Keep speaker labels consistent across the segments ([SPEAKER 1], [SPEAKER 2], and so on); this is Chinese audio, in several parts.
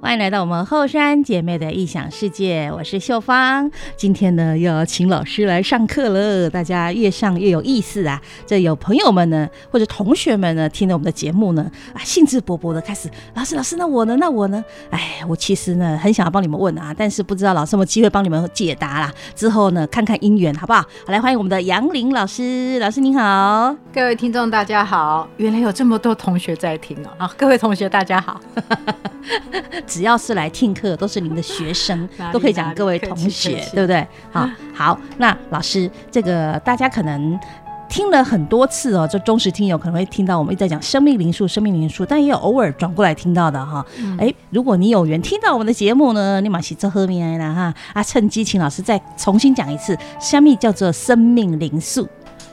[SPEAKER 1] 欢迎来到我们后山姐妹的异想世界，我是秀芳。今天呢，又要请老师来上课了，大家越上越有意思啊！这有朋友们呢，或者同学们呢，听了我们的节目呢，啊，兴致勃勃的开始，老师，老师，那我呢？那我呢？哎，我其实呢，很想要帮你们问啊，但是不知道老师有没有机会帮你们解答啦。之后呢，看看姻缘好不好？好，来欢迎我们的杨玲老师，老师您好。
[SPEAKER 2] 各位听众大家好，原来有这么多同学在听哦、啊！各位同学大家好，
[SPEAKER 1] 只要是来听课，都是您的学生
[SPEAKER 2] 哪，里
[SPEAKER 1] 都可以讲各位同
[SPEAKER 2] 哪里
[SPEAKER 1] 学
[SPEAKER 2] 客气客，气
[SPEAKER 1] 对不对？ 好，好，那老师，这个大家可能。听了很多次哦，就忠实听友可能会听到我们一直在讲生命灵数、生命灵数，但也有偶尔转过来听到的哈、哎、如果你有缘听到我们的节目呢，你马西这喝面啦哈啊，趁机请老师再重新讲一次，虾米叫做生命灵数？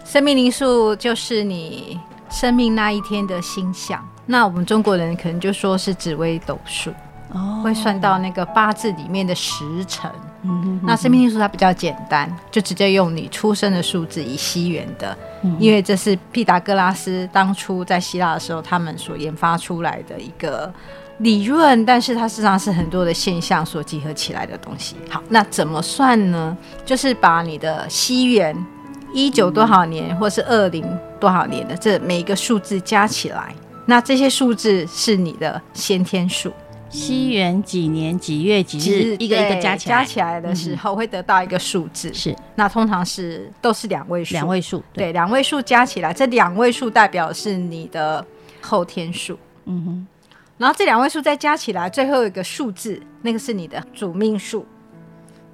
[SPEAKER 2] 生命灵数就是你生命那一天的星象。那我们中国人可能就说是紫微斗数，
[SPEAKER 1] 哦
[SPEAKER 2] 会算到那个八字里面的时辰。
[SPEAKER 1] 嗯哼
[SPEAKER 2] 那生命灵数它比较简单，就直接用你出生的数字以西元的，
[SPEAKER 1] 嗯
[SPEAKER 2] 因为这是毕达哥拉斯当初在希腊的时候他们所研发出来的一个理论，但是它事实上是很多的现象所集合起来的东西。好，那怎么算呢？就是把你的西元一九多少
[SPEAKER 1] 嗯
[SPEAKER 2] 年，或是二零多少年的这每一个数字加起来，那这些数字是你的先天数。
[SPEAKER 1] 西元几年几月几日，一个一个
[SPEAKER 2] 对
[SPEAKER 1] 加起来嗯
[SPEAKER 2] 加起来的时候会得到一个数字，
[SPEAKER 1] 是
[SPEAKER 2] 那通常是都是两位数，
[SPEAKER 1] 两位数，对，
[SPEAKER 2] 对，两位数加起来，这两位数代表是你的后天数，
[SPEAKER 1] 嗯哼。
[SPEAKER 2] 然后这两位数再加起来，最后一个数字，那个是你的主命数。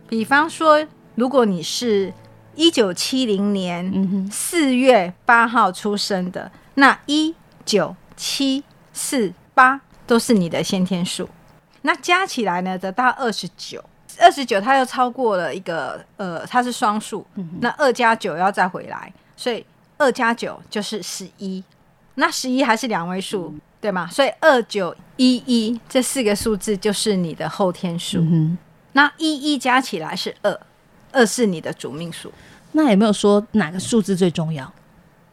[SPEAKER 2] 比方说，如果你是一九七零
[SPEAKER 1] 嗯
[SPEAKER 2] 年
[SPEAKER 1] 哼
[SPEAKER 2] 四月八号出生的，那一九七四八都是你的先天数，那加起来呢，得到二十九。二十九，它又超过了一个呃，它是双数，那二加九要再回来，所以二加九就是十一，那十一还是两位数，对吗？所以二九一一这四个数字就是你的后天数，
[SPEAKER 1] 嗯
[SPEAKER 2] 那一一加起来是二，二是你的主命数。
[SPEAKER 1] 哼，那有没有说哪个数字最重要？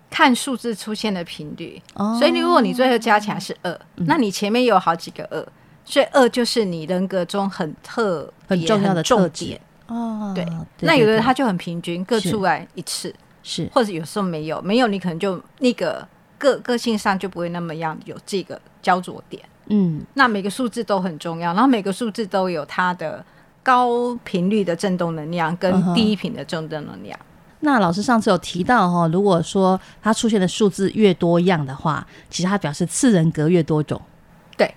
[SPEAKER 2] 看数字出现的频率，
[SPEAKER 1] 哦
[SPEAKER 2] 所以你如果你最后加起来是二、
[SPEAKER 1] 嗯
[SPEAKER 2] 那你前面有好几个二，所以二就是你人格中很特别
[SPEAKER 1] 很重要的
[SPEAKER 2] 很重
[SPEAKER 1] 特质
[SPEAKER 2] 点。
[SPEAKER 1] 哦，
[SPEAKER 2] 对，那有的人
[SPEAKER 1] 对
[SPEAKER 2] 他就很平均，各
[SPEAKER 1] 是
[SPEAKER 2] 出来一次，
[SPEAKER 1] 是
[SPEAKER 2] 或者有时候没有，没有你可能就那个个个性上就不会那么样有这个焦灼点。
[SPEAKER 1] 嗯
[SPEAKER 2] 那每个数字都很重要，然后每个数字都有它的高频率的振动能量
[SPEAKER 1] 嗯哼
[SPEAKER 2] 跟低频的振动能量。
[SPEAKER 1] 那老师上次有提到哈、如果说它出现的数字越多样的话，其实它表示次人格越多种。
[SPEAKER 2] 对，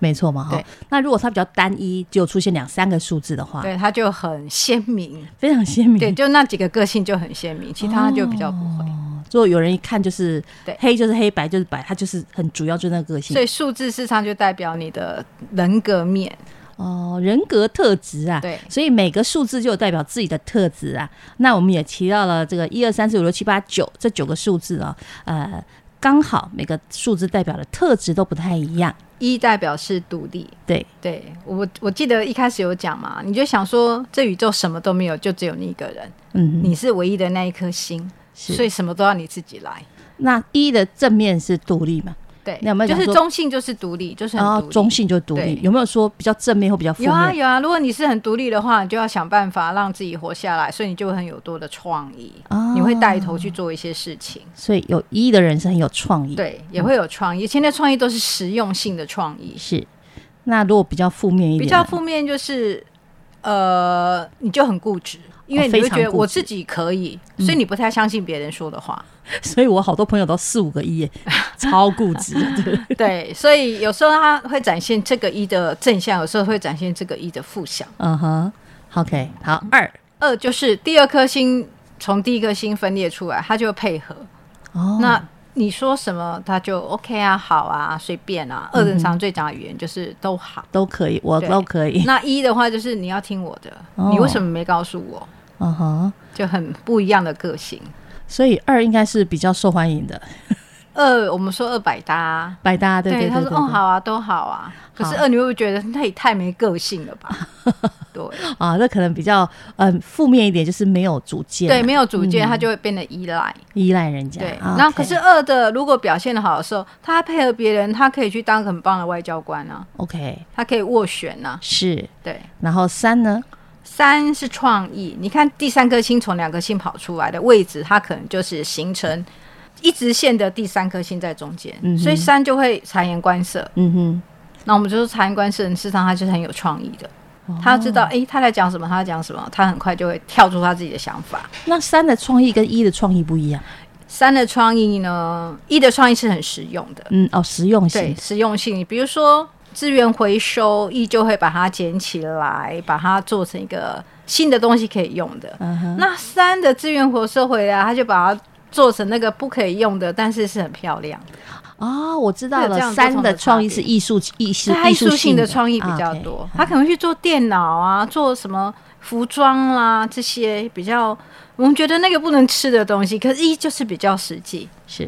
[SPEAKER 1] 没错嘛哈、
[SPEAKER 2] 对
[SPEAKER 1] 那如果它比较单一，只有出现两三个数字的话，
[SPEAKER 2] 对，它就很鲜明。
[SPEAKER 1] 非常鲜明。
[SPEAKER 2] 对，，就那几个个性就很鲜明，其他就比较不会。
[SPEAKER 1] 如果有人一看就是
[SPEAKER 2] 对
[SPEAKER 1] 黑就是黑，白就是白，它就是很主要就那个个性
[SPEAKER 2] 所以数字市场就代表你的人格面。
[SPEAKER 1] 哦，人格特质啊。
[SPEAKER 2] 对
[SPEAKER 1] 所以每个数字就有代表自己的特质啊。那我们也提到了这个一二三四五六七八九这九个数字啊、呃，刚好每个数字代表的特质都不太一样。
[SPEAKER 2] 一代表是独立，
[SPEAKER 1] 对，
[SPEAKER 2] 对我我记得一开始有讲嘛，你就想说这宇宙什么都没有，就只有你一个人，
[SPEAKER 1] 嗯哼，
[SPEAKER 2] 你是唯一的那一颗星，所
[SPEAKER 1] 是。
[SPEAKER 2] 以什么都要你自己来。
[SPEAKER 1] 那一的正面是独立嘛，
[SPEAKER 2] 对
[SPEAKER 1] 那有没，有
[SPEAKER 2] 就
[SPEAKER 1] 讲
[SPEAKER 2] 是
[SPEAKER 1] 说
[SPEAKER 2] 中性，就是独立，就是
[SPEAKER 1] 然
[SPEAKER 2] 很
[SPEAKER 1] 后
[SPEAKER 2] 独立。
[SPEAKER 1] 中性就独立，
[SPEAKER 2] 对
[SPEAKER 1] 有没有说比较正面或比较负
[SPEAKER 2] 有啊
[SPEAKER 1] 面？
[SPEAKER 2] 有啊，如果你是很独立的话，你就要想办法让自己活下来，所以你就会很有多的创意，
[SPEAKER 1] 哦
[SPEAKER 2] 你会带头去做一些事情，
[SPEAKER 1] 所以有一的人是很有创意，，
[SPEAKER 2] 对，也会有创意。以前的创意都是实用性的创意，
[SPEAKER 1] 是。那如果比较负面一点呢，
[SPEAKER 2] 比较负面就是，呃，你就很固执，因为
[SPEAKER 1] 哦
[SPEAKER 2] 你
[SPEAKER 1] 非
[SPEAKER 2] 会
[SPEAKER 1] 常
[SPEAKER 2] 觉得
[SPEAKER 1] 固
[SPEAKER 2] 我
[SPEAKER 1] 执嗯
[SPEAKER 2] 自己可以，所以你不太相信别人说的话。
[SPEAKER 1] 所以我好多朋友都四五个一耶，超固 执，对，
[SPEAKER 2] 对，所以有时候他会展现这个一的正向，有时候会展现这个一的负向。
[SPEAKER 1] 嗯哼，OK，好，二
[SPEAKER 2] 二就是第二颗星从第一颗星分裂出来，它就配合。
[SPEAKER 1] 哦，
[SPEAKER 2] 那你说什么，他就 OK 啊，好啊，随便啊。二
[SPEAKER 1] 嗯
[SPEAKER 2] 人常最讲的语言就是都好。
[SPEAKER 1] 都可以，我
[SPEAKER 2] 对
[SPEAKER 1] 都可以，
[SPEAKER 2] 那一的话就是你要听我的，
[SPEAKER 1] 哦
[SPEAKER 2] 你为什么没告诉我？
[SPEAKER 1] 嗯哼。
[SPEAKER 2] 就很不一样的个性。
[SPEAKER 1] 所以二应该是比较受欢迎的，
[SPEAKER 2] 二，我们说二百搭，
[SPEAKER 1] 百搭，对对
[SPEAKER 2] 他
[SPEAKER 1] 对
[SPEAKER 2] 说
[SPEAKER 1] 对。
[SPEAKER 2] 哦好啊，都好啊。可是
[SPEAKER 1] 好
[SPEAKER 2] 二，你会不会觉得那也太没个性了 吧？对
[SPEAKER 1] 啊，那可能比较嗯负面一点，就是没有主见啊，
[SPEAKER 2] 对，没有主见，
[SPEAKER 1] 嗯
[SPEAKER 2] 他就会变得依赖。
[SPEAKER 1] 依赖人家。
[SPEAKER 2] 对，
[SPEAKER 1] 啊
[SPEAKER 2] 那
[SPEAKER 1] OK
[SPEAKER 2] 可是二的如果表现的好的时候，他配合别人，他可以去当很棒的外交官啊，
[SPEAKER 1] OK
[SPEAKER 2] 他可以斡旋啊。
[SPEAKER 1] 是，
[SPEAKER 2] 对，
[SPEAKER 1] 然后三呢？
[SPEAKER 2] 三是创意，你看第三颗星从两颗星跑出来的位置，它可能就是形成一直线的第三颗星在中间，
[SPEAKER 1] 嗯哼
[SPEAKER 2] 所以三就会察言观色。
[SPEAKER 1] 嗯哼，
[SPEAKER 2] 那我们就说察言观色，事实上他就是很有创意的。
[SPEAKER 1] 哦
[SPEAKER 2] 他知道，诶，他在讲什么，他在讲什么，他很快就会跳出他自己的想法。
[SPEAKER 1] 那三的创意跟一的创意不一样。
[SPEAKER 2] 三的创意呢，一的创意是很实用的，
[SPEAKER 1] 嗯，哦，实用
[SPEAKER 2] 对
[SPEAKER 1] 性。
[SPEAKER 2] 实用性，比如说资源回收，一就会把它捡起来，把它做成一个新的东西可以用的。
[SPEAKER 1] 嗯哼，
[SPEAKER 2] 那三的资源回收回来，他就把它做成那个不可以用的，但是是很漂亮的。
[SPEAKER 1] 哦，我知道
[SPEAKER 2] 会有这
[SPEAKER 1] 了。
[SPEAKER 2] 样
[SPEAKER 1] 三
[SPEAKER 2] 不同
[SPEAKER 1] 的
[SPEAKER 2] 的
[SPEAKER 1] 创意
[SPEAKER 2] 差
[SPEAKER 1] 是
[SPEAKER 2] 别
[SPEAKER 1] 艺术、艺术、
[SPEAKER 2] 它艺术
[SPEAKER 1] 性
[SPEAKER 2] 性的创意比较
[SPEAKER 1] 啊，OK
[SPEAKER 2] 多，他可能去做电脑啊，做什么服装啦、这些比较我们觉得那个不能吃的东西，可是一就是比较实际。
[SPEAKER 1] 是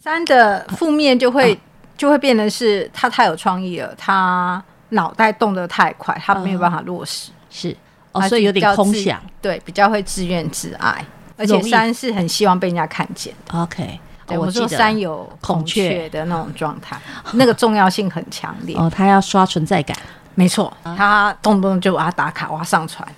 [SPEAKER 2] 三的负面就
[SPEAKER 1] 嗯
[SPEAKER 2] 会、就会变成是他太有创意了，他脑袋动得太快，他没有办法落实，
[SPEAKER 1] 是嗯哦，
[SPEAKER 2] 它
[SPEAKER 1] 所以
[SPEAKER 2] 就
[SPEAKER 1] 有
[SPEAKER 2] 比
[SPEAKER 1] 点
[SPEAKER 2] 较
[SPEAKER 1] 空
[SPEAKER 2] 自
[SPEAKER 1] 想。
[SPEAKER 2] 对，比较会自怨自艾，而且
[SPEAKER 1] 容易
[SPEAKER 2] 三是很希望被人家看见。
[SPEAKER 1] OK，
[SPEAKER 2] 对，
[SPEAKER 1] 哦
[SPEAKER 2] 我
[SPEAKER 1] 我
[SPEAKER 2] 们说
[SPEAKER 1] 记得
[SPEAKER 2] 三有
[SPEAKER 1] 孔
[SPEAKER 2] 孔
[SPEAKER 1] 雀
[SPEAKER 2] 雀的那种状态，那个重要性很强 烈。
[SPEAKER 1] 哦，他要刷存在感。
[SPEAKER 2] 没错，
[SPEAKER 1] 啊
[SPEAKER 2] 他动不动就把它打卡，我要上传。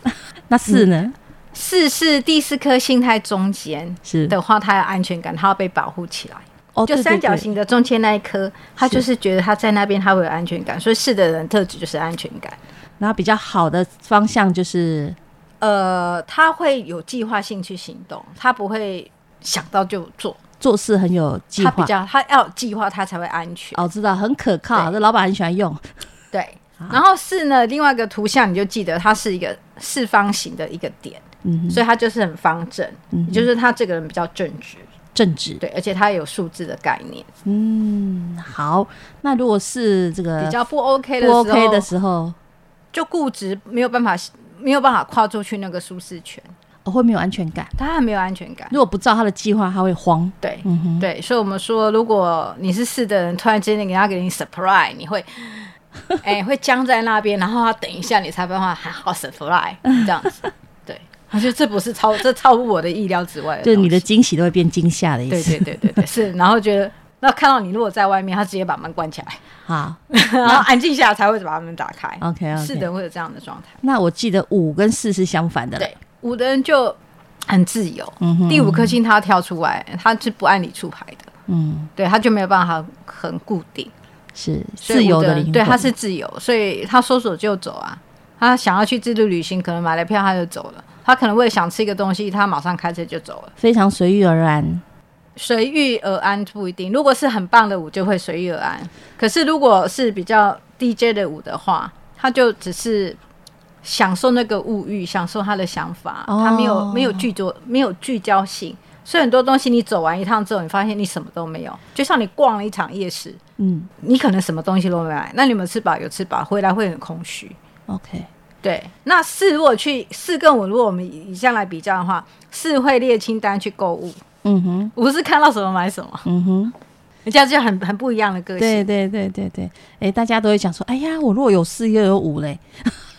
[SPEAKER 1] 那四
[SPEAKER 2] 嗯
[SPEAKER 1] 呢？
[SPEAKER 2] 四是第四颗星在中间
[SPEAKER 1] 是
[SPEAKER 2] 的话，它有安全感，它要被保护起来。
[SPEAKER 1] 哦，
[SPEAKER 2] 就
[SPEAKER 1] 对对
[SPEAKER 2] 三角
[SPEAKER 1] 对
[SPEAKER 2] 形的中间那一颗，他
[SPEAKER 1] 是
[SPEAKER 2] 就是觉得他在那边他会有安全感，所以四的人特质就是安全感。
[SPEAKER 1] 然后比较好的方向就是
[SPEAKER 2] 呃，他会有计划性去行动，他不会想到就做，
[SPEAKER 1] 做事很有计
[SPEAKER 2] 他比
[SPEAKER 1] 划。
[SPEAKER 2] 较他要有计划，他才会安全。
[SPEAKER 1] 哦，知道很可靠，
[SPEAKER 2] 对
[SPEAKER 1] 这老板很喜欢用。
[SPEAKER 2] 对，
[SPEAKER 1] 啊
[SPEAKER 2] 然后四呢，另外一个图像你就记得它是一个四方形的一个点，
[SPEAKER 1] 嗯哼，嗯
[SPEAKER 2] 所以他就是很方正，也就是他这个人比较正直，
[SPEAKER 1] 正直。
[SPEAKER 2] 对，而且他有数字的概念，
[SPEAKER 1] 嗯，好。那如果是这个
[SPEAKER 2] 比较不 OK 的
[SPEAKER 1] 呃不
[SPEAKER 2] 时候，
[SPEAKER 1] OK 的时候，
[SPEAKER 2] 就固执，没有办法，没有办法跨出去那个舒适圈，
[SPEAKER 1] 哦会没有安全感。
[SPEAKER 2] 他很没有安全感。
[SPEAKER 1] 如果不照他的计划，他会慌。
[SPEAKER 2] 对，
[SPEAKER 1] 嗯哼，
[SPEAKER 2] 对，所以我们说，如果你是四的人，突然之间给他给你 surprise，你会， 哎、会僵在那边，然后他等一下你才办法喊好 surprise 这样子。对，我觉得这不是超，这超乎我的意料之外的东
[SPEAKER 1] 就
[SPEAKER 2] 西。
[SPEAKER 1] 是你的惊喜都会变惊吓的意
[SPEAKER 2] 对
[SPEAKER 1] 思。
[SPEAKER 2] 对对对对，是，然后觉得。那看到你如果在外面，他直接把门关起 来，
[SPEAKER 1] 好
[SPEAKER 2] 然后安静下来才会把门打开。
[SPEAKER 1] ，OK OK。
[SPEAKER 2] 是的，。会有这样的状态。
[SPEAKER 1] 那我记得五跟四是相反的。，
[SPEAKER 2] 对，五的人就很自由。
[SPEAKER 1] 嗯哼，
[SPEAKER 2] 第五颗星他跳出来，他是不按理出牌的，
[SPEAKER 1] 嗯
[SPEAKER 2] 对，他就没有办法很固定。
[SPEAKER 1] 是
[SPEAKER 2] 所以
[SPEAKER 1] 自由
[SPEAKER 2] 五
[SPEAKER 1] 的
[SPEAKER 2] 的
[SPEAKER 1] 灵魂。
[SPEAKER 2] 人对，他是自由，所以他说走就走啊。他想要去自助旅行，可能买了票他就走了。他可能为了想吃一个东西，他马上开车就走了，
[SPEAKER 1] 非常随遇而安。
[SPEAKER 2] 随遇而安不一定。如果是很棒的舞，就会随遇而安。可是如果是比较 DJ 的舞的话，他就只是享受那个物欲，享受他的想法，
[SPEAKER 1] 哦
[SPEAKER 2] 他没有没有聚焦，没有聚焦性。所以很多东西你走完一趟之后，你发现你什么都没有，就像你逛了一场夜市，
[SPEAKER 1] 嗯
[SPEAKER 2] 你可能什么东西都没买，那你有没有吃饱？有吃饱，回来会很空虚。
[SPEAKER 1] ，OK。
[SPEAKER 2] 对，那四如果去四跟五，如果我们以这样来比较的话，四会列清单去购物，
[SPEAKER 1] 嗯哼，
[SPEAKER 2] 五是看到什么买什 么，
[SPEAKER 1] 嗯哼。
[SPEAKER 2] 人家就很很不一样的个性。
[SPEAKER 1] 对对对对对，哎，大家都会讲说，哎呀，我如果有四又有五嘞，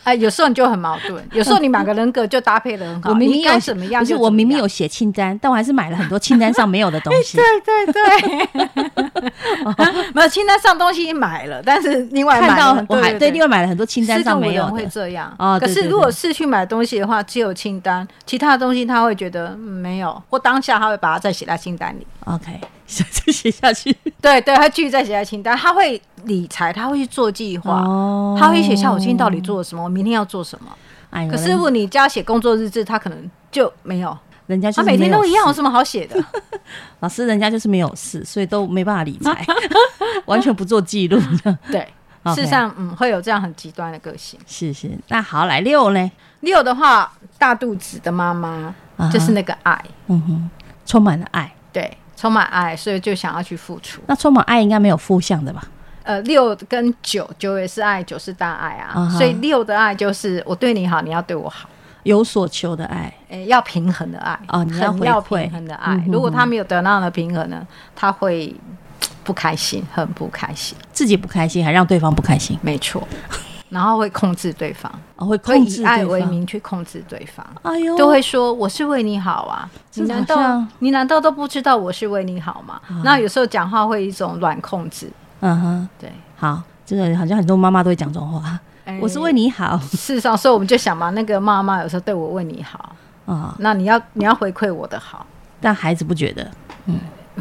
[SPEAKER 2] 哎、有时候你就很矛 盾，有时候你买个人格就搭配的很好，
[SPEAKER 1] 我明明
[SPEAKER 2] 你该
[SPEAKER 1] 有
[SPEAKER 2] 怎么样
[SPEAKER 1] 不
[SPEAKER 2] 就是怎么
[SPEAKER 1] 我明明
[SPEAKER 2] 样
[SPEAKER 1] 有写清单，但我还是买了很多清单上没有的东 西，
[SPEAKER 2] 对对 对，没有清单上东西买了，但是另外
[SPEAKER 1] 看
[SPEAKER 2] 买
[SPEAKER 1] 到
[SPEAKER 2] 了
[SPEAKER 1] 我买
[SPEAKER 2] 对
[SPEAKER 1] 对，另外买了很多清单
[SPEAKER 2] 是
[SPEAKER 1] 上
[SPEAKER 2] 跟我
[SPEAKER 1] 没
[SPEAKER 2] 的
[SPEAKER 1] 有
[SPEAKER 2] 人会
[SPEAKER 1] 的，
[SPEAKER 2] 这样。
[SPEAKER 1] 哦对
[SPEAKER 2] 可是
[SPEAKER 1] 对
[SPEAKER 2] 如
[SPEAKER 1] 对
[SPEAKER 2] 果是去买东西的话，只有清单，其他的东西他会觉得、嗯没有，或当下他会把它再写在清单里。
[SPEAKER 1] OK，写 写下去，
[SPEAKER 2] 对对，他继续再写在清单，他会理财，他会去做计划，
[SPEAKER 1] 哦
[SPEAKER 2] 他会写下我今天到底做了什么，我明天要做什么。
[SPEAKER 1] 哎呦，
[SPEAKER 2] 可是如果你家写工作日志，他可能就没有，
[SPEAKER 1] 人家就
[SPEAKER 2] 他
[SPEAKER 1] 是
[SPEAKER 2] 每天
[SPEAKER 1] 没有
[SPEAKER 2] 都一样，有
[SPEAKER 1] 事，
[SPEAKER 2] 什么好写 的？
[SPEAKER 1] 老师人家就是没有事，所以都没办法理 财，完全不做记录，
[SPEAKER 2] 对。
[SPEAKER 1] OK
[SPEAKER 2] 事实上，嗯，会有这样很极端的个性。
[SPEAKER 1] 是是，那好来六嘞，
[SPEAKER 2] 六的话，大肚子的妈妈
[SPEAKER 1] 啊
[SPEAKER 2] 就是那个爱，
[SPEAKER 1] 嗯哼，充满了爱，
[SPEAKER 2] 对，充满爱，所以就想要去付出。
[SPEAKER 1] 那充满爱应该没有负向的吧？
[SPEAKER 2] 呃，六跟九，九也是爱，九是大爱啊
[SPEAKER 1] 啊哈
[SPEAKER 2] 所以六的爱就是我对你好，你要对我好，
[SPEAKER 1] 有所求的爱，
[SPEAKER 2] 诶、要平衡的爱
[SPEAKER 1] 哦你要
[SPEAKER 2] 很
[SPEAKER 1] 回
[SPEAKER 2] 要
[SPEAKER 1] 馈
[SPEAKER 2] 平衡的爱。
[SPEAKER 1] 嗯哼
[SPEAKER 2] 如果他没有得到的平衡呢，他会不开心，很不开心，
[SPEAKER 1] 自己不开心，还让对方不开心，
[SPEAKER 2] 没错。然后会控制对方，
[SPEAKER 1] 哦，会
[SPEAKER 2] 会
[SPEAKER 1] 控制
[SPEAKER 2] 以爱
[SPEAKER 1] 对
[SPEAKER 2] 为
[SPEAKER 1] 方。
[SPEAKER 2] 名去控制对方，
[SPEAKER 1] 哎呦，
[SPEAKER 2] 都会说我是为你好啊，
[SPEAKER 1] 这
[SPEAKER 2] 你难
[SPEAKER 1] 好
[SPEAKER 2] 道
[SPEAKER 1] 像
[SPEAKER 2] 你难道都不知道我是为你好吗？那有时候讲话会有一种软控制，
[SPEAKER 1] 嗯哼，
[SPEAKER 2] 对，
[SPEAKER 1] 好，这个好像很多妈妈都会讲这种话。
[SPEAKER 2] 哎
[SPEAKER 1] 我是为
[SPEAKER 2] 你。
[SPEAKER 1] 你好
[SPEAKER 2] 事实上，所以我们就想嘛，那个妈妈有时候对我为你好，
[SPEAKER 1] 啊、
[SPEAKER 2] 那你要你要回馈我的好，
[SPEAKER 1] 但孩子不觉得。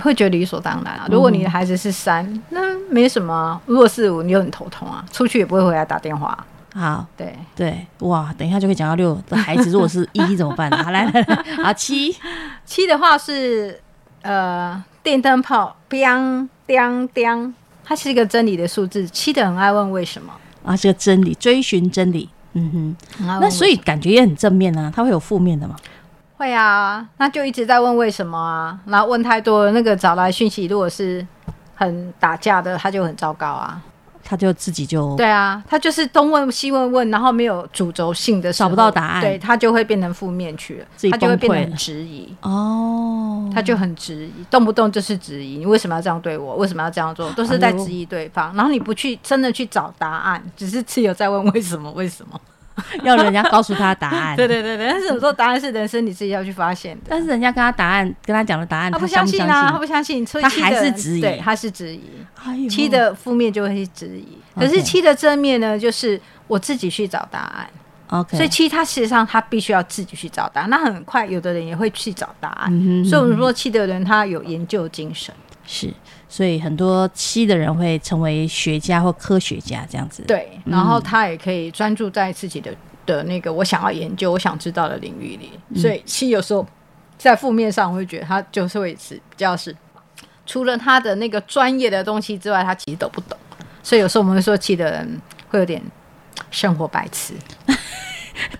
[SPEAKER 2] 会觉得理所当然啊。如果你的孩子是三，那没什么啊；如果是五，你就很头痛啊，出去也不会回来打电话啊、
[SPEAKER 1] 好，
[SPEAKER 2] 对，
[SPEAKER 1] 对，哇，等一下就会讲到六的孩子，如果是一怎么 办呢、好，来来来，好七，
[SPEAKER 2] 七的话是呃电灯泡，叮叮叮，它是一个真理的数字。七的很爱问为什么，
[SPEAKER 1] 啊，这个真理，追寻真理。嗯哼，
[SPEAKER 2] 很爱问
[SPEAKER 1] 那所
[SPEAKER 2] 为
[SPEAKER 1] 以感觉也很正面啊，它会有负面的嘛？
[SPEAKER 2] 会啊，那就一直在问为什么啊，然后问太多了，那个找来讯息如果是很打架的，他就很糟糕啊。
[SPEAKER 1] 他就自己就
[SPEAKER 2] 对啊，他就是东问西问问，然后没有主轴性的时候，
[SPEAKER 1] 找不到答案
[SPEAKER 2] 对他就会变成负面去了，
[SPEAKER 1] 自己
[SPEAKER 2] 他就会
[SPEAKER 1] 崩溃
[SPEAKER 2] 变得很
[SPEAKER 1] 了
[SPEAKER 2] 质疑，
[SPEAKER 1] 哦，
[SPEAKER 2] 他就很质疑，动不动就是质疑，你为什么要这样对我？为什么要这样做？都是在质疑对方，然后你不去真的去找答案，只是只有在问为什么为什么？
[SPEAKER 1] 要人家告诉他答案。
[SPEAKER 2] 对对对对，但是有时候答案是人生你自己要去发现的。
[SPEAKER 1] 但是人家跟他答案，跟他讲的答案，
[SPEAKER 2] 他不
[SPEAKER 1] 相
[SPEAKER 2] 信
[SPEAKER 1] 相
[SPEAKER 2] 啊，他不相信，所
[SPEAKER 1] 嗯
[SPEAKER 2] 以
[SPEAKER 1] 他
[SPEAKER 2] 七的
[SPEAKER 1] 还是
[SPEAKER 2] 人
[SPEAKER 1] 质疑
[SPEAKER 2] 对，他是质疑。
[SPEAKER 1] 哎呦
[SPEAKER 2] 七的负面就会是质疑，可是
[SPEAKER 1] OK
[SPEAKER 2] 七的正面呢，就是我自己去找答案。
[SPEAKER 1] ，OK，
[SPEAKER 2] 所以其实他事实上他必须要自己去找答案。那很快，有的人也会去找答案。
[SPEAKER 1] 嗯哼
[SPEAKER 2] 所以我们说，气的人他有研究精神，
[SPEAKER 1] 是，所以很多七的人会成为学家或科学家这样子。，
[SPEAKER 2] 对，然
[SPEAKER 1] 嗯
[SPEAKER 2] 后他也可以专注在自己的的那个我想要研究、我想知道的领域
[SPEAKER 1] 嗯
[SPEAKER 2] 里。所以七有时候在负面上，我会觉得他就是会是比较是除了他的那个专业的东西之外，他其实都不懂。所以有时候我们会说，气的人会有点生活白痴。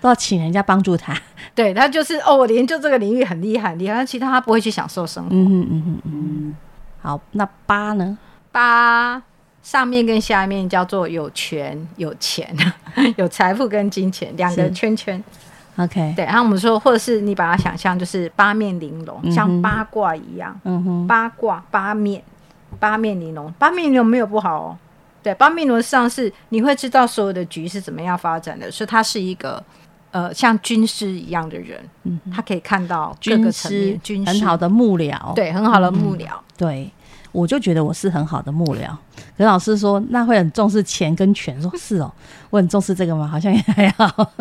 [SPEAKER 1] 都要请人家帮助他。
[SPEAKER 2] 对他就是哦，我研究这个领域很厉害，很厉害，但其他他不会去享受生活。
[SPEAKER 1] 嗯哼嗯哼嗯哼。好，那八呢？
[SPEAKER 2] 八上面跟下面叫做有权、有钱、 有财富跟金钱两个
[SPEAKER 1] 是
[SPEAKER 2] 圈圈。
[SPEAKER 1] OK，
[SPEAKER 2] 对，然后我们说，或者是你把它想象就是八面玲珑，像八卦一样，
[SPEAKER 1] 嗯哼，
[SPEAKER 2] 八卦八面，八面玲珑，八面玲珑没有不好哦。对，八面玲珑实际上是你会知道所有的局是怎么样发展的，所以他是一个呃像军师一样的人，他可以看到各个
[SPEAKER 1] 嗯军
[SPEAKER 2] 层面
[SPEAKER 1] 师，，
[SPEAKER 2] 军师
[SPEAKER 1] 很好，嗯的幕僚。
[SPEAKER 2] 对，很好的幕僚。
[SPEAKER 1] 对我就觉得我是很好的幕僚。可是老师说，那会很重视钱跟权。 说是哦，我很重视这个吗？好像也还好。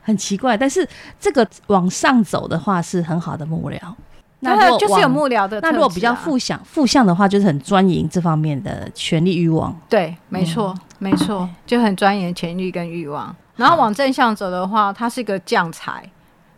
[SPEAKER 1] 很奇怪，但是这个往上走的话是很好的幕僚。
[SPEAKER 2] 那
[SPEAKER 1] 如果
[SPEAKER 2] 就是有
[SPEAKER 1] 往
[SPEAKER 2] 幕僚的特质啊、
[SPEAKER 1] 那如果比较负向负向的话，就是很专营这方面的权力欲望。
[SPEAKER 2] 对，没错，
[SPEAKER 1] 嗯
[SPEAKER 2] 没错，就很钻研潜力跟欲望。然后往正向走的话，他是个将才，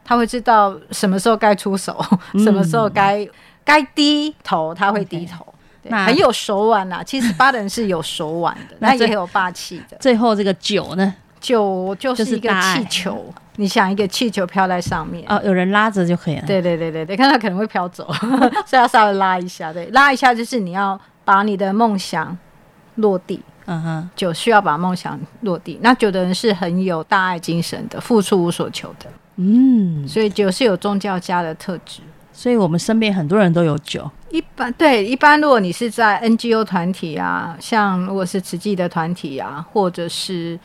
[SPEAKER 2] 他会知道什么时候该出手，
[SPEAKER 1] 嗯
[SPEAKER 2] 什么时候该该低头，他会低头。对
[SPEAKER 1] 那
[SPEAKER 2] 很有手腕呐、啊其实八的人是有手腕的，
[SPEAKER 1] 那
[SPEAKER 2] 那
[SPEAKER 1] 这
[SPEAKER 2] 也有霸气的。
[SPEAKER 1] 最后这个九呢，
[SPEAKER 2] 九就
[SPEAKER 1] 就是是
[SPEAKER 2] 一个
[SPEAKER 1] 大爱
[SPEAKER 2] 气球，你想一个气球飘在上面，
[SPEAKER 1] 哦，有人拉着就可以了。
[SPEAKER 2] 对对对对对，看它可能会飘走， 所以要稍微拉一下。对，拉一下就是你要把你的梦想落地，
[SPEAKER 1] 嗯哼，
[SPEAKER 2] 九需要把梦想落地。那九的人是很有大爱精神的，付出无所求的，
[SPEAKER 1] 嗯，
[SPEAKER 2] 所以九是有宗教家的特质。
[SPEAKER 1] 所以我们身边很多人都有九。
[SPEAKER 2] 一般对一般，如果你是在 NGO 团体啊，像如果是慈济的团体啊，或者是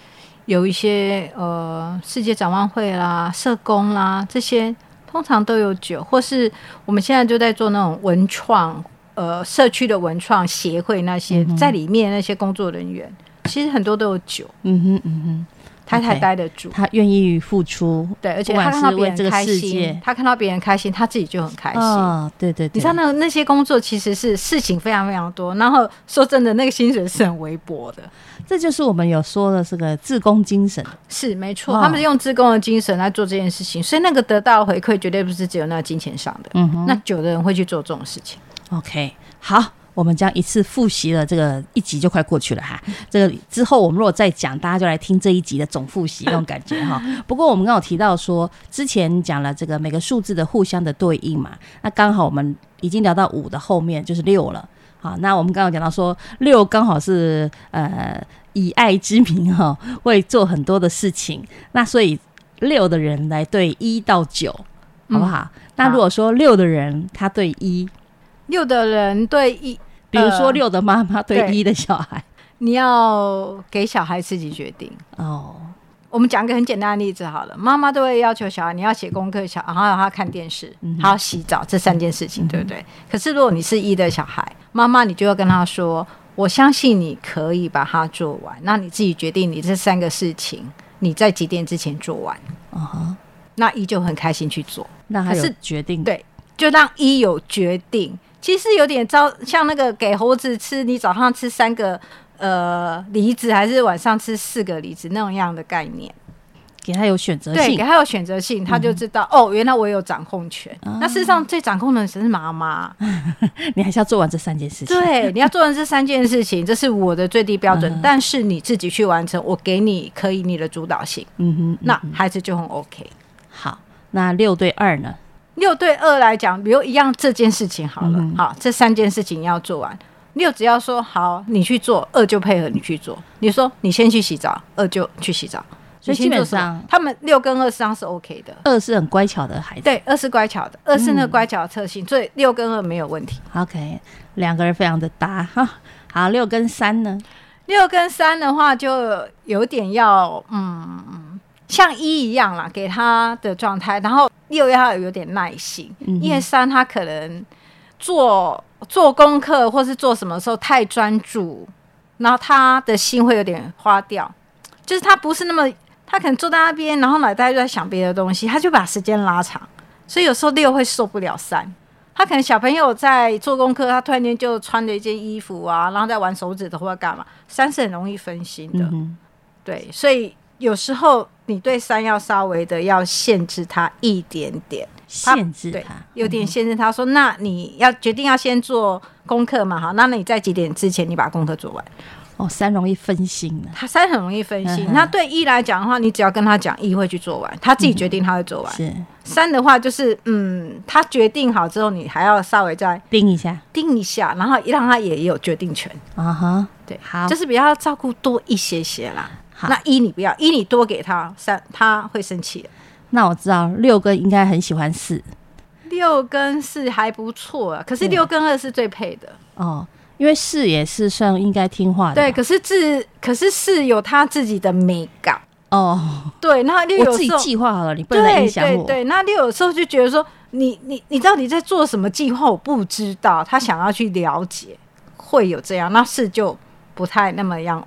[SPEAKER 2] 有一些呃世界展望会啦、社工啦这些，通常都有九，或是我们现在就在做那种文创呃社区的文创协会那些，在里面那些工作人员，其实很多都有九，
[SPEAKER 1] 嗯哼嗯
[SPEAKER 2] 他才
[SPEAKER 1] OK
[SPEAKER 2] 待得住
[SPEAKER 1] 哼，。他愿意付出。
[SPEAKER 2] 对，而且
[SPEAKER 1] 不
[SPEAKER 2] 他
[SPEAKER 1] 管
[SPEAKER 2] 看到
[SPEAKER 1] 是
[SPEAKER 2] 别
[SPEAKER 1] 为这
[SPEAKER 2] 人
[SPEAKER 1] 个
[SPEAKER 2] 开
[SPEAKER 1] 世
[SPEAKER 2] 心
[SPEAKER 1] 界，
[SPEAKER 2] 他看到别人开心，他自己就很开心。
[SPEAKER 1] 哦，对对对，
[SPEAKER 2] 你知道那那些工作其实是事情非常非常多，然后说真的，那个薪水是很微薄的。
[SPEAKER 1] 这就是我们有说的这个自工精神。
[SPEAKER 2] 是没错，
[SPEAKER 1] 哇
[SPEAKER 2] 他们是用自工的精神来做这件事情，所以那个得到的回馈绝对不是只有那金钱上的。
[SPEAKER 1] 嗯哼
[SPEAKER 2] 那有的人会去做这种事情，
[SPEAKER 1] ，OK，好。我们将一次复习了这个一集就快过去了哈，这个之后我们如果再讲，大家就来听这一集的总复习那种感觉哈。不过我们刚刚有提到说，之前讲了这个每个数字的互相的对应嘛，那刚好我们已经聊到五的后面就是六了。好，那我们刚刚有讲到说六刚好是呃以爱之名哈、会做很多的事情，那所以六的人来对一到九，好不好？那如果说六的人他对一，
[SPEAKER 2] 有的人对一
[SPEAKER 1] 比如说六的妈妈对一的小孩。
[SPEAKER 2] 你要给小孩自己决定。
[SPEAKER 1] 哦，
[SPEAKER 2] 我们讲个很简单的例子好了，妈妈都会要求小孩你要写功课，小然后让他看电视，还要洗澡，这三件事情，对不对？可是如果你是一的小孩，妈妈你就要跟他说，我相信你可以把它做完，那你自己决定你这三个事情你在几点之前做完，
[SPEAKER 1] 哦哈，
[SPEAKER 2] 那一就很开心去做，
[SPEAKER 1] 那还
[SPEAKER 2] 可
[SPEAKER 1] 是
[SPEAKER 2] 是
[SPEAKER 1] 决定
[SPEAKER 2] 对，就让一有决定。其实有点招，像那个给猴子吃，你早上吃三个呃梨子，还是晚上吃四个梨子那种样的概念。
[SPEAKER 1] 给他有选择
[SPEAKER 2] 对，
[SPEAKER 1] 性嗯
[SPEAKER 2] 给。他有选择性，他就知道、哦，原来我有掌控权。那事实
[SPEAKER 1] 哦
[SPEAKER 2] 上最掌控的是妈
[SPEAKER 1] 啊
[SPEAKER 2] 妈。
[SPEAKER 1] 你还是要做完这三件事情。
[SPEAKER 2] 对，你要做的这三件事情，这是我的最低标准，
[SPEAKER 1] 嗯
[SPEAKER 2] 但是你自己去完成，我给你可以你的主导性，
[SPEAKER 1] 嗯哼，
[SPEAKER 2] 那孩子就很 OK。
[SPEAKER 1] 好，那六对二呢？
[SPEAKER 2] 六对二来讲，比如一样这件事情好了，
[SPEAKER 1] 嗯
[SPEAKER 2] 好，这三件事情要做完。六只要说好，你去做，二就配合你去做。你说你先去洗澡，二就去洗澡。
[SPEAKER 1] 所以
[SPEAKER 2] 你先
[SPEAKER 1] 基本
[SPEAKER 2] 做什么
[SPEAKER 1] 上
[SPEAKER 2] 他们六跟二实际上是 OK 的。
[SPEAKER 1] 二是很乖巧的孩子。
[SPEAKER 2] 对，二是乖巧的，二是那个乖巧的特性，所以六跟二没有问题。
[SPEAKER 1] OK，两个人非常的搭哈。好，六跟三呢？
[SPEAKER 2] 六跟三的话，就有点要嗯，像一一样啦，给他的状态，然后六要有点耐心，因为三他可能做做功课或是做什么时候太专注，然后他的心会有点花掉，就是他不是那么，他可能坐在那边，然后脑袋就在想别的东西，他就把时间拉长，所以有时候六会受不了三。他可能小朋友在做功课，他突然间就穿着一件衣服啊，然后在玩手指头或干嘛，三是很容易分心的，
[SPEAKER 1] 嗯哼，
[SPEAKER 2] 对，所以有时候你对三要稍微的要限制他一点点，他
[SPEAKER 1] 限制
[SPEAKER 2] 对
[SPEAKER 1] 他，
[SPEAKER 2] 有点限制他说，那你要决定要先做功课嘛，好，那你在几点之前你把功课做完？
[SPEAKER 1] 哦，三容易分心呢。
[SPEAKER 2] 他三很容易分心，
[SPEAKER 1] 嗯哼
[SPEAKER 2] 那对一来讲的话，你只要跟他讲，一会去做完，他自己决定他会做完。
[SPEAKER 1] 是，
[SPEAKER 2] 三的话就是，嗯，他决定好之后，你还要稍微再
[SPEAKER 1] 盯一下
[SPEAKER 2] 盯一下，然后让他也有决定权。
[SPEAKER 1] 啊哈。
[SPEAKER 2] 对，
[SPEAKER 1] 好
[SPEAKER 2] 就是比较照顾多一些些啦。
[SPEAKER 1] 好
[SPEAKER 2] 那一你不要，一你多给他三，他会生气的。
[SPEAKER 1] 那我知道六跟应该很喜欢四
[SPEAKER 2] 六跟四还不错啊，可是
[SPEAKER 1] 对
[SPEAKER 2] 六跟二是最配的。
[SPEAKER 1] 哦，因为四也是算应该听话的吧。
[SPEAKER 2] 对，可是自可是四有他自己的美感。
[SPEAKER 1] 哦，
[SPEAKER 2] 对，那六
[SPEAKER 1] 我
[SPEAKER 2] 有
[SPEAKER 1] 自己
[SPEAKER 2] 时候
[SPEAKER 1] 计划好了，你不能来
[SPEAKER 2] 对
[SPEAKER 1] 影响
[SPEAKER 2] 对
[SPEAKER 1] 我。
[SPEAKER 2] 对，那六有时候就觉得说，你你你到底在做什么计划？我不知道，他想要去了解，会有这样，那四就不太那么样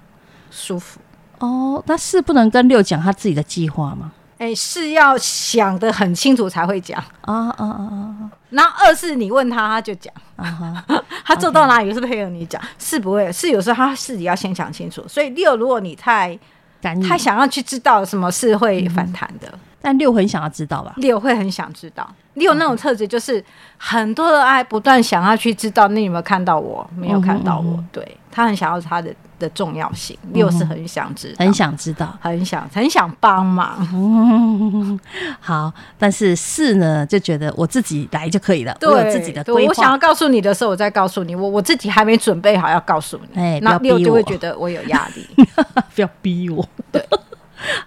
[SPEAKER 2] 舒服。
[SPEAKER 1] 哦，那四不能跟六讲他自己的计划吗？
[SPEAKER 2] 哎，是要想得很清楚才会讲。
[SPEAKER 1] 啊啊啊
[SPEAKER 2] 然后二是你问他，他就讲，
[SPEAKER 1] 啊啊哈！
[SPEAKER 2] 他做到哪里是配合你讲，是不会是有时候他自己要先想清楚。所以六，如果你太
[SPEAKER 1] 干预
[SPEAKER 2] 太，想要去知道什么是会反弹的，
[SPEAKER 1] 但六很想要知道吧？
[SPEAKER 2] 六会很想知道。六那种特质就是很多的爱不断想要去知道，你有没有看到我？没有看
[SPEAKER 1] 嗯
[SPEAKER 2] 到我，对他很想要他的的重要性。六是很想知道，
[SPEAKER 1] 很想知道。
[SPEAKER 2] 很想很想帮忙，
[SPEAKER 1] 嗯，好，但是四呢，就觉得我自己来就可以了，
[SPEAKER 2] 对
[SPEAKER 1] 我有自己的
[SPEAKER 2] 对
[SPEAKER 1] 规
[SPEAKER 2] 我想
[SPEAKER 1] 划
[SPEAKER 2] 要。告诉你的时候，我再告诉你，我我自己还没准备好要告诉你，
[SPEAKER 1] 哎
[SPEAKER 2] 那
[SPEAKER 1] 不要
[SPEAKER 2] 六
[SPEAKER 1] 逼
[SPEAKER 2] 就
[SPEAKER 1] 我
[SPEAKER 2] 会觉得我有压力。
[SPEAKER 1] 不要逼我。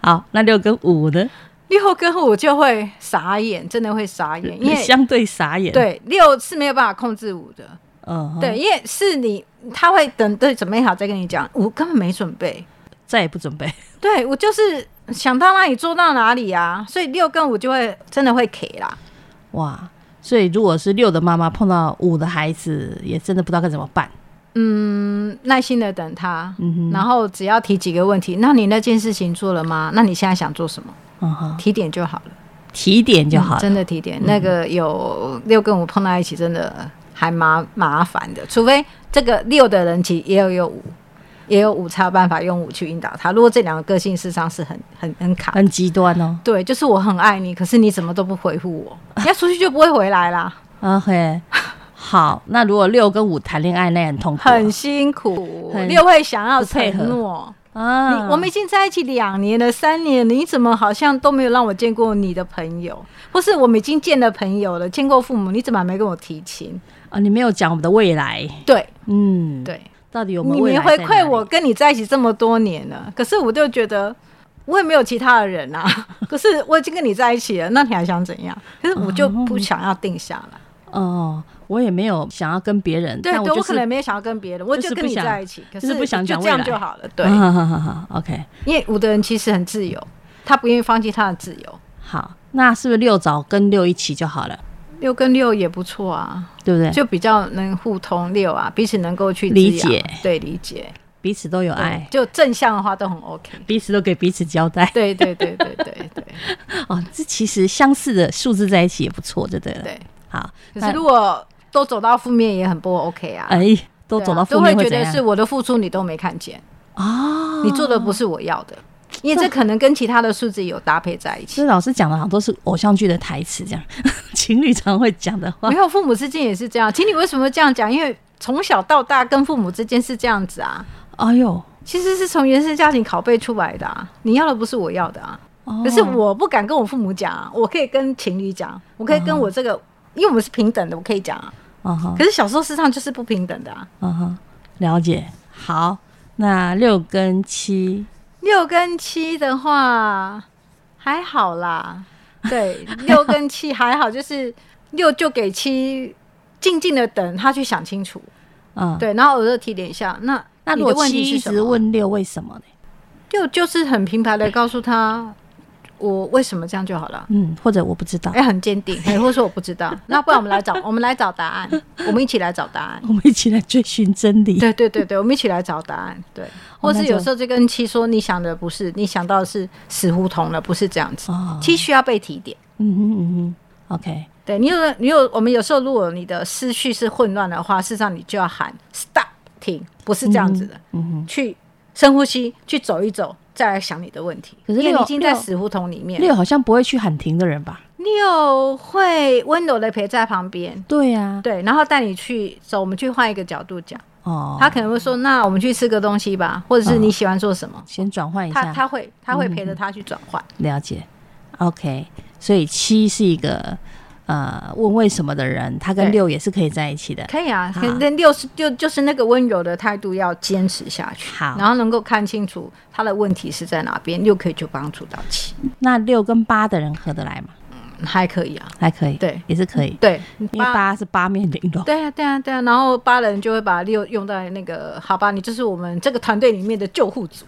[SPEAKER 1] 好，那六跟五呢，
[SPEAKER 2] 六跟五就会傻眼，真的会傻眼，因为
[SPEAKER 1] 相对傻眼。，
[SPEAKER 2] 对六是没有办法控制五的，
[SPEAKER 1] 嗯，
[SPEAKER 2] 对，，因为是你他会等对准备好再跟你讲，五根本没准备，
[SPEAKER 1] 再也不准备。
[SPEAKER 2] 对我就是想到哪里做到哪里啊，所以六跟五就会真的会 K 啦，
[SPEAKER 1] 哇，所以如果是六的妈妈碰到五的孩子，也真的不知道该怎么办。
[SPEAKER 2] 嗯，耐心的等他，
[SPEAKER 1] 嗯
[SPEAKER 2] 然后只要提几个问题，那你那件事情做了吗？那你现在想做什么？
[SPEAKER 1] 嗯哼，
[SPEAKER 2] 提点就好了，嗯
[SPEAKER 1] 提点就好了。嗯
[SPEAKER 2] 真的提点。那个有六跟五碰到一起，真的还麻麻烦的，除非这个六的人其实也有有五。也有五才有办法用五去引导他。如果这两个个性事实上是很很很卡的
[SPEAKER 1] 很极端哦。
[SPEAKER 2] 对，就是我很爱你，可是你怎么都不回复我，你要出去就不会回来啦，
[SPEAKER 1] OK，好，那如果六跟五谈恋爱，那也很痛苦啊、
[SPEAKER 2] 很辛苦
[SPEAKER 1] 很。
[SPEAKER 2] 六会想要
[SPEAKER 1] 不配合
[SPEAKER 2] 承诺，
[SPEAKER 1] 啊。
[SPEAKER 2] 你我们已经在一起两年了、三年了，你怎么好像都没有让我见过你的朋友？或是我们已经见了朋友了，见过父母，你怎么还没跟我提亲？
[SPEAKER 1] 啊，你没有讲我们的未来，
[SPEAKER 2] 对
[SPEAKER 1] 嗯，，
[SPEAKER 2] 对，
[SPEAKER 1] 到底我们
[SPEAKER 2] 你
[SPEAKER 1] 未
[SPEAKER 2] 没
[SPEAKER 1] 来
[SPEAKER 2] 回
[SPEAKER 1] 在哪
[SPEAKER 2] 馈
[SPEAKER 1] 里
[SPEAKER 2] 我，跟你在一起这么多年了，可是我就觉得。我也没有其他的人啊， 可是我已经跟你在一起了，那你还想怎样？可是我就不想要定下来。
[SPEAKER 1] 哦，我也没有想要跟别人，
[SPEAKER 2] 对
[SPEAKER 1] 但
[SPEAKER 2] 对，
[SPEAKER 1] 就
[SPEAKER 2] 我
[SPEAKER 1] 是
[SPEAKER 2] 可能没有想要跟别人，我
[SPEAKER 1] 就是
[SPEAKER 2] 跟
[SPEAKER 1] 不
[SPEAKER 2] 你
[SPEAKER 1] 想
[SPEAKER 2] 在一起，可
[SPEAKER 1] 就是不想
[SPEAKER 2] 就
[SPEAKER 1] 讲
[SPEAKER 2] 这样
[SPEAKER 1] 未来嗯
[SPEAKER 2] 就好了。对，
[SPEAKER 1] 好好好 好，OK，
[SPEAKER 2] 因为五的人其实很自由，他不愿意放弃他的自由。
[SPEAKER 1] 好，那是不是六早跟六一起就好了，
[SPEAKER 2] 六跟六也不错啊，
[SPEAKER 1] 对不对？
[SPEAKER 2] 就比较能互通六啊，彼此能够去
[SPEAKER 1] 理
[SPEAKER 2] 滋养
[SPEAKER 1] 解，哎
[SPEAKER 2] 对理解，
[SPEAKER 1] 彼此都有
[SPEAKER 2] 对
[SPEAKER 1] 爱，
[SPEAKER 2] 就正向的话都很 OK。
[SPEAKER 1] 彼此都给彼此交代。
[SPEAKER 2] 对对对对对对
[SPEAKER 1] 哦，这其实相似的数字在一起也不错，就对了。
[SPEAKER 2] 对。
[SPEAKER 1] 好，
[SPEAKER 2] 可
[SPEAKER 1] 那
[SPEAKER 2] 是如果都走到负面，也很不 OK 啊。
[SPEAKER 1] 哎，都
[SPEAKER 2] 对啊
[SPEAKER 1] 走到负
[SPEAKER 2] 都
[SPEAKER 1] 面
[SPEAKER 2] 会觉
[SPEAKER 1] 怎
[SPEAKER 2] 得
[SPEAKER 1] 样？
[SPEAKER 2] 是我的付出你都没看见，
[SPEAKER 1] 哦，
[SPEAKER 2] 你做的不是我要的，因为这可能跟其他的数字有搭配在一起
[SPEAKER 1] 这。老师讲的好像都是偶像剧的台词，这样 情侣常会讲的话
[SPEAKER 2] 没。有父母之间也是这样，请你为什么这样讲？因为从小到大跟父母之间是这样子啊，
[SPEAKER 1] 哎呦，
[SPEAKER 2] 其实是从原生家庭拷贝出来的啊。你要的不是我要的啊，
[SPEAKER 1] 哦
[SPEAKER 2] 可是我不敢跟我父母讲啊，我可以跟情侣讲，我可以跟我这个，因为我们是平等的，我可以讲啊。
[SPEAKER 1] 嗯哼，
[SPEAKER 2] 可是小时候事实上就是不平等的啊。
[SPEAKER 1] 嗯哼，了解。好，那六跟七，
[SPEAKER 2] 六跟七的话还好啦，对，六跟七还好，就是六就给七静静的等他去想清楚，
[SPEAKER 1] 嗯，。
[SPEAKER 2] 对，然后偶尔提点一下。那
[SPEAKER 1] 那
[SPEAKER 2] 你
[SPEAKER 1] 如
[SPEAKER 2] 的
[SPEAKER 1] 果
[SPEAKER 2] 问
[SPEAKER 1] 七
[SPEAKER 2] 题
[SPEAKER 1] 一
[SPEAKER 2] 是什
[SPEAKER 1] 直
[SPEAKER 2] 么？
[SPEAKER 1] 问六为什么呢？
[SPEAKER 2] 六就是很平白的告诉他我为什么这样就好了。
[SPEAKER 1] 嗯，或者我不知道
[SPEAKER 2] 哎、，很坚定，哎、或者说我不知 道，那不然我们来找，我们来找答案，我们一起来找答 案。
[SPEAKER 1] 我们一起来追寻真理。
[SPEAKER 2] 对对对对，我们一起来找答案。对，或
[SPEAKER 1] 那
[SPEAKER 2] 是
[SPEAKER 1] 就
[SPEAKER 2] 有时候就跟七说，你想的不是，你想到的是死胡同了，不是这样子。
[SPEAKER 1] 哦，
[SPEAKER 2] 七需要被提点。
[SPEAKER 1] 嗯哼嗯哼，OK，
[SPEAKER 2] 对你有你有，我们有时候如果你的思绪是混乱的话，事实上你就要喊 stop 停，不是这样子的，
[SPEAKER 1] 嗯哼。
[SPEAKER 2] 去深呼吸，去走一走，再来想你的问题。
[SPEAKER 1] 可是
[SPEAKER 2] 因为
[SPEAKER 1] 六
[SPEAKER 2] 你已经在
[SPEAKER 1] 六
[SPEAKER 2] 死胡同里面，
[SPEAKER 1] 六好像不会去喊停的人吧？
[SPEAKER 2] 六会温柔的陪在旁边，
[SPEAKER 1] 对呀、
[SPEAKER 2] 对，然后带你去走，我们去换一个角度讲，
[SPEAKER 1] 哦，
[SPEAKER 2] 他可能会说，那我们去吃个东西吧，或者是你喜欢做什么，
[SPEAKER 1] 先转换一
[SPEAKER 2] 他
[SPEAKER 1] 下，嗯
[SPEAKER 2] 他会他会陪着他去转换，
[SPEAKER 1] 了解，OK。所以七是一个呃问为什么的人，他跟
[SPEAKER 2] 对
[SPEAKER 1] 六也是可以在一起的。
[SPEAKER 2] 可以啊，
[SPEAKER 1] 好
[SPEAKER 2] 可能六是就就是那个温柔的态度要坚持下去，
[SPEAKER 1] 好
[SPEAKER 2] 然后能够看清楚他的问题是在哪边，六可以就帮助到七，
[SPEAKER 1] 那六跟八的人合得来吗？
[SPEAKER 2] 嗯还可以啊，
[SPEAKER 1] 还可以，
[SPEAKER 2] 对
[SPEAKER 1] 也是可以，
[SPEAKER 2] 对，
[SPEAKER 1] 因为八是八面玲珑。
[SPEAKER 2] 对啊对啊对啊，然后八人就会把六用在那个好吧，你就是我们这个团队里面的救护组、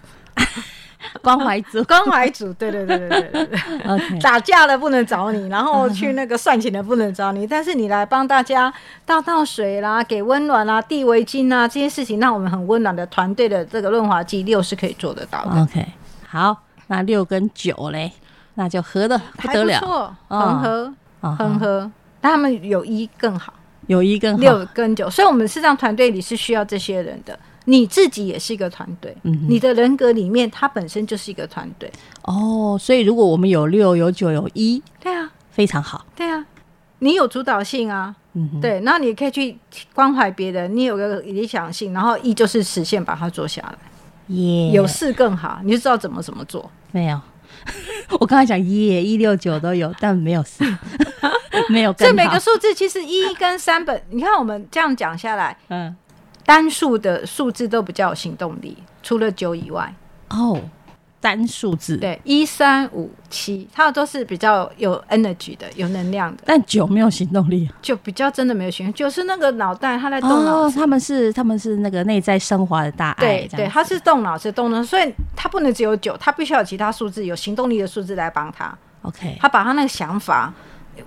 [SPEAKER 1] 关怀 组
[SPEAKER 2] 关 怀组，对对对对对对对。
[SPEAKER 1] ，OK，
[SPEAKER 2] 打架了不能找你，然后去那个算钱的不能找你，但是你来帮大家倒倒水啦、给温暖啦、递围巾啦这些事情，让我们很温暖的团队的这个润滑剂，六是可以做得到的。
[SPEAKER 1] OK，好，那六跟九嘞，那就合的不
[SPEAKER 2] 还
[SPEAKER 1] 得了
[SPEAKER 2] 不，错，
[SPEAKER 1] 嗯
[SPEAKER 2] 恒河，
[SPEAKER 1] 啊
[SPEAKER 2] 恒
[SPEAKER 1] 哈
[SPEAKER 2] 河，但他们有一更好，
[SPEAKER 1] 有一更好，
[SPEAKER 2] 六跟九，所以我们事实上团队里是需要这些人的。你自己也是一个团队，
[SPEAKER 1] 嗯
[SPEAKER 2] 你的人格里面它本身就是一个团队。
[SPEAKER 1] 哦，所以如果我们有六、有九、有一，
[SPEAKER 2] 对啊，
[SPEAKER 1] 非常好，
[SPEAKER 2] 对啊，你有主导性啊，
[SPEAKER 1] 嗯哼，
[SPEAKER 2] 对，那你可以去关怀别人，你有个理想性，然后一就是实现把它做下来，
[SPEAKER 1] 耶，
[SPEAKER 2] 有事更好，你就知道怎么怎么做。
[SPEAKER 1] 没有？ 我刚才讲耶，一六九都有，但没有 四，没有更
[SPEAKER 2] 这
[SPEAKER 1] 好，
[SPEAKER 2] 每个数字其实一跟三本，你看我们这样讲下来，
[SPEAKER 1] 嗯，
[SPEAKER 2] 单数的数字都比较有行动力，除了九以外，
[SPEAKER 1] 哦，单数字，，
[SPEAKER 2] 对，一三五七，它都是比较有 energy 的，有能量的，
[SPEAKER 1] 但九没有行动力
[SPEAKER 2] 就比较真的没有行动，就是那个脑袋他在动脑
[SPEAKER 1] 哦，
[SPEAKER 2] 子。
[SPEAKER 1] 他们是他们是那个内在升华的大爱，
[SPEAKER 2] 对
[SPEAKER 1] 这
[SPEAKER 2] 对，
[SPEAKER 1] 样
[SPEAKER 2] 他是动脑子动脑，所以他不能只有九，他必须要有其他数字，有行动力的数字来帮他。
[SPEAKER 1] ，OK，
[SPEAKER 2] 他把他那个想法，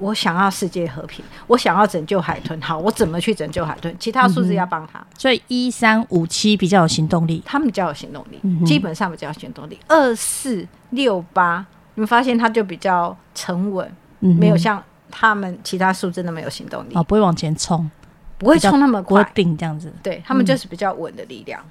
[SPEAKER 2] 我想要世界和平，我想要拯救海豚，好，我怎么去拯救海豚？其他数字
[SPEAKER 1] 嗯
[SPEAKER 2] 要帮他，
[SPEAKER 1] 所以一三五七比较有行动力，
[SPEAKER 2] 他们比较有行动力，
[SPEAKER 1] 嗯哼
[SPEAKER 2] 基本上比较有行动力。二四六八，你们发现他就比较沉稳，
[SPEAKER 1] 嗯哼，
[SPEAKER 2] 没有像他们其他数字那么有行动力，
[SPEAKER 1] 啊，不会往前冲，
[SPEAKER 2] 不会
[SPEAKER 1] 比较
[SPEAKER 2] 冲那么
[SPEAKER 1] 不会嗯
[SPEAKER 2] 快。
[SPEAKER 1] 定这样子。
[SPEAKER 2] 对他们就是比较稳的力量。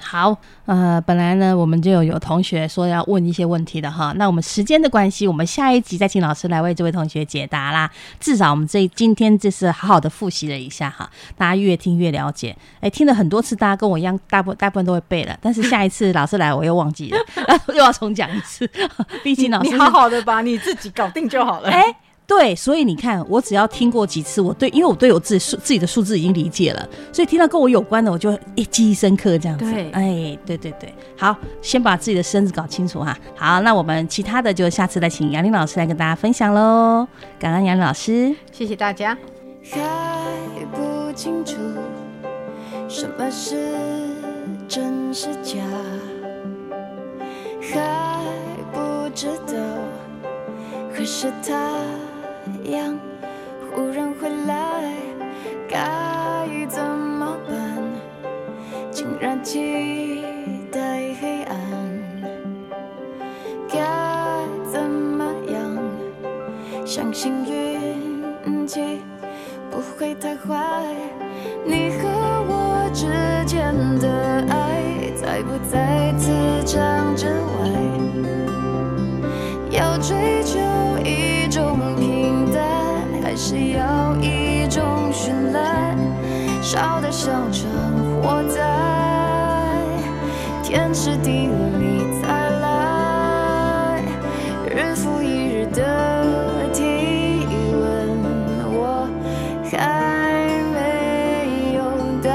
[SPEAKER 1] 好，呃，本来呢，我们就有有同学说要问一些问题的哈，那我们时间的关系，我们下一集再请老师来为这位同学解答啦。至少我们这今天这次好好的复习了一下哈，大家越听越了解。哎，听了很多次，大家跟我一样，大部大部分都会背了，但是下一次老师来我又忘记了， 又要重讲一次，毕竟老师
[SPEAKER 2] 你好好的把你自己搞定就好了。
[SPEAKER 1] 哎、对，所以你看，我只要听过几次，我对，因为我对我自己数自己的数字已经理解了，所以听到跟我有关的，我就一记忆深刻这样子。
[SPEAKER 2] 对
[SPEAKER 1] 哎，对对对，好，先把自己的身子搞清楚哈。好，那我们其他的就下次再请杨林老师来跟大家分享喽。感恩杨林老师。
[SPEAKER 2] 谢谢大家。
[SPEAKER 3] 还不清楚什么是真是假，还不知道何时太阳忽然回来，该怎么办？竟然期待黑暗，该怎么样？相信运气。不会太坏。你和我之间的爱，在不在此章之外？要追求一种平淡，还是要一种绚烂？烧得像场火灾，天时地利再来，日复一日的体温，我还没有答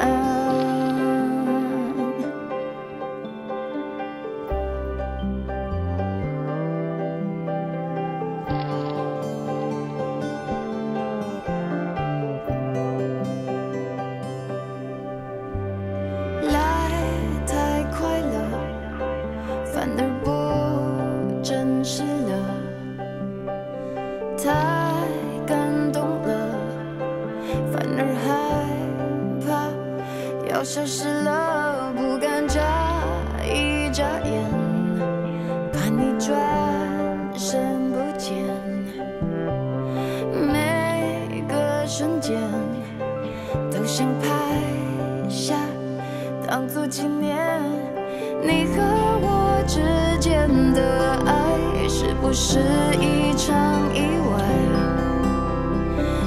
[SPEAKER 3] 案。来太快了，反而不真实了；太感动了，反而害怕要消失了，不敢眨一眨眼，怕你转身不见。每个瞬间都想拍下。当作纪念。你和我之间的爱，是不是一场意外？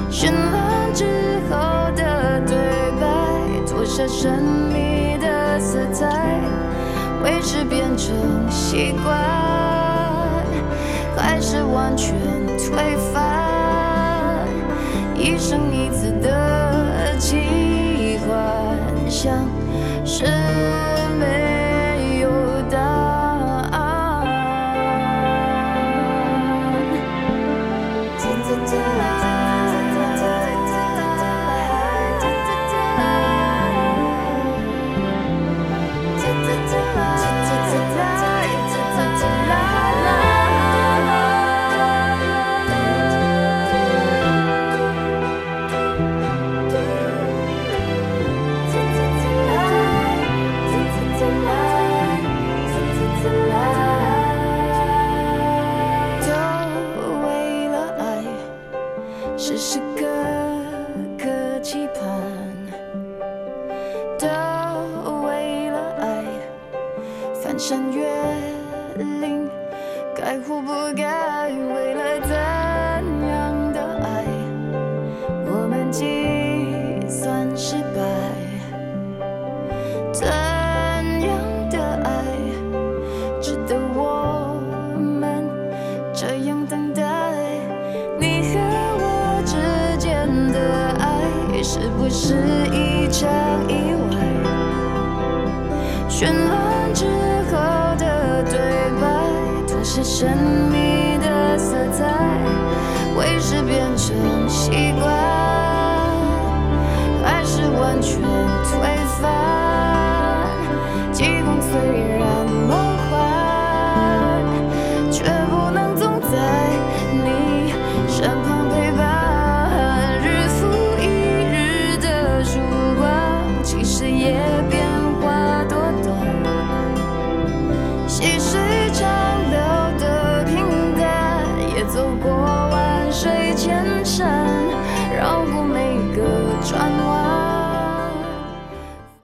[SPEAKER 3] 绚烂之后的对白，脱下神秘的色彩，会是变成习惯，还是完全推翻？一生一次的奇幻，想。是没有答案。都为了爱，时时刻刻期盼；都为了爱，翻山越岭，该或不该？为了怎样的爱，我们计算失败？怎样的爱？值得我们这样等待。你和我之间的爱，是不是一场意外？绚烂之后的对白，脱下神秘的色彩，会是变成习惯，还是完全推翻？极光虽然梦幻，却不能总在你身旁陪伴。日复一日的曙光，其实也并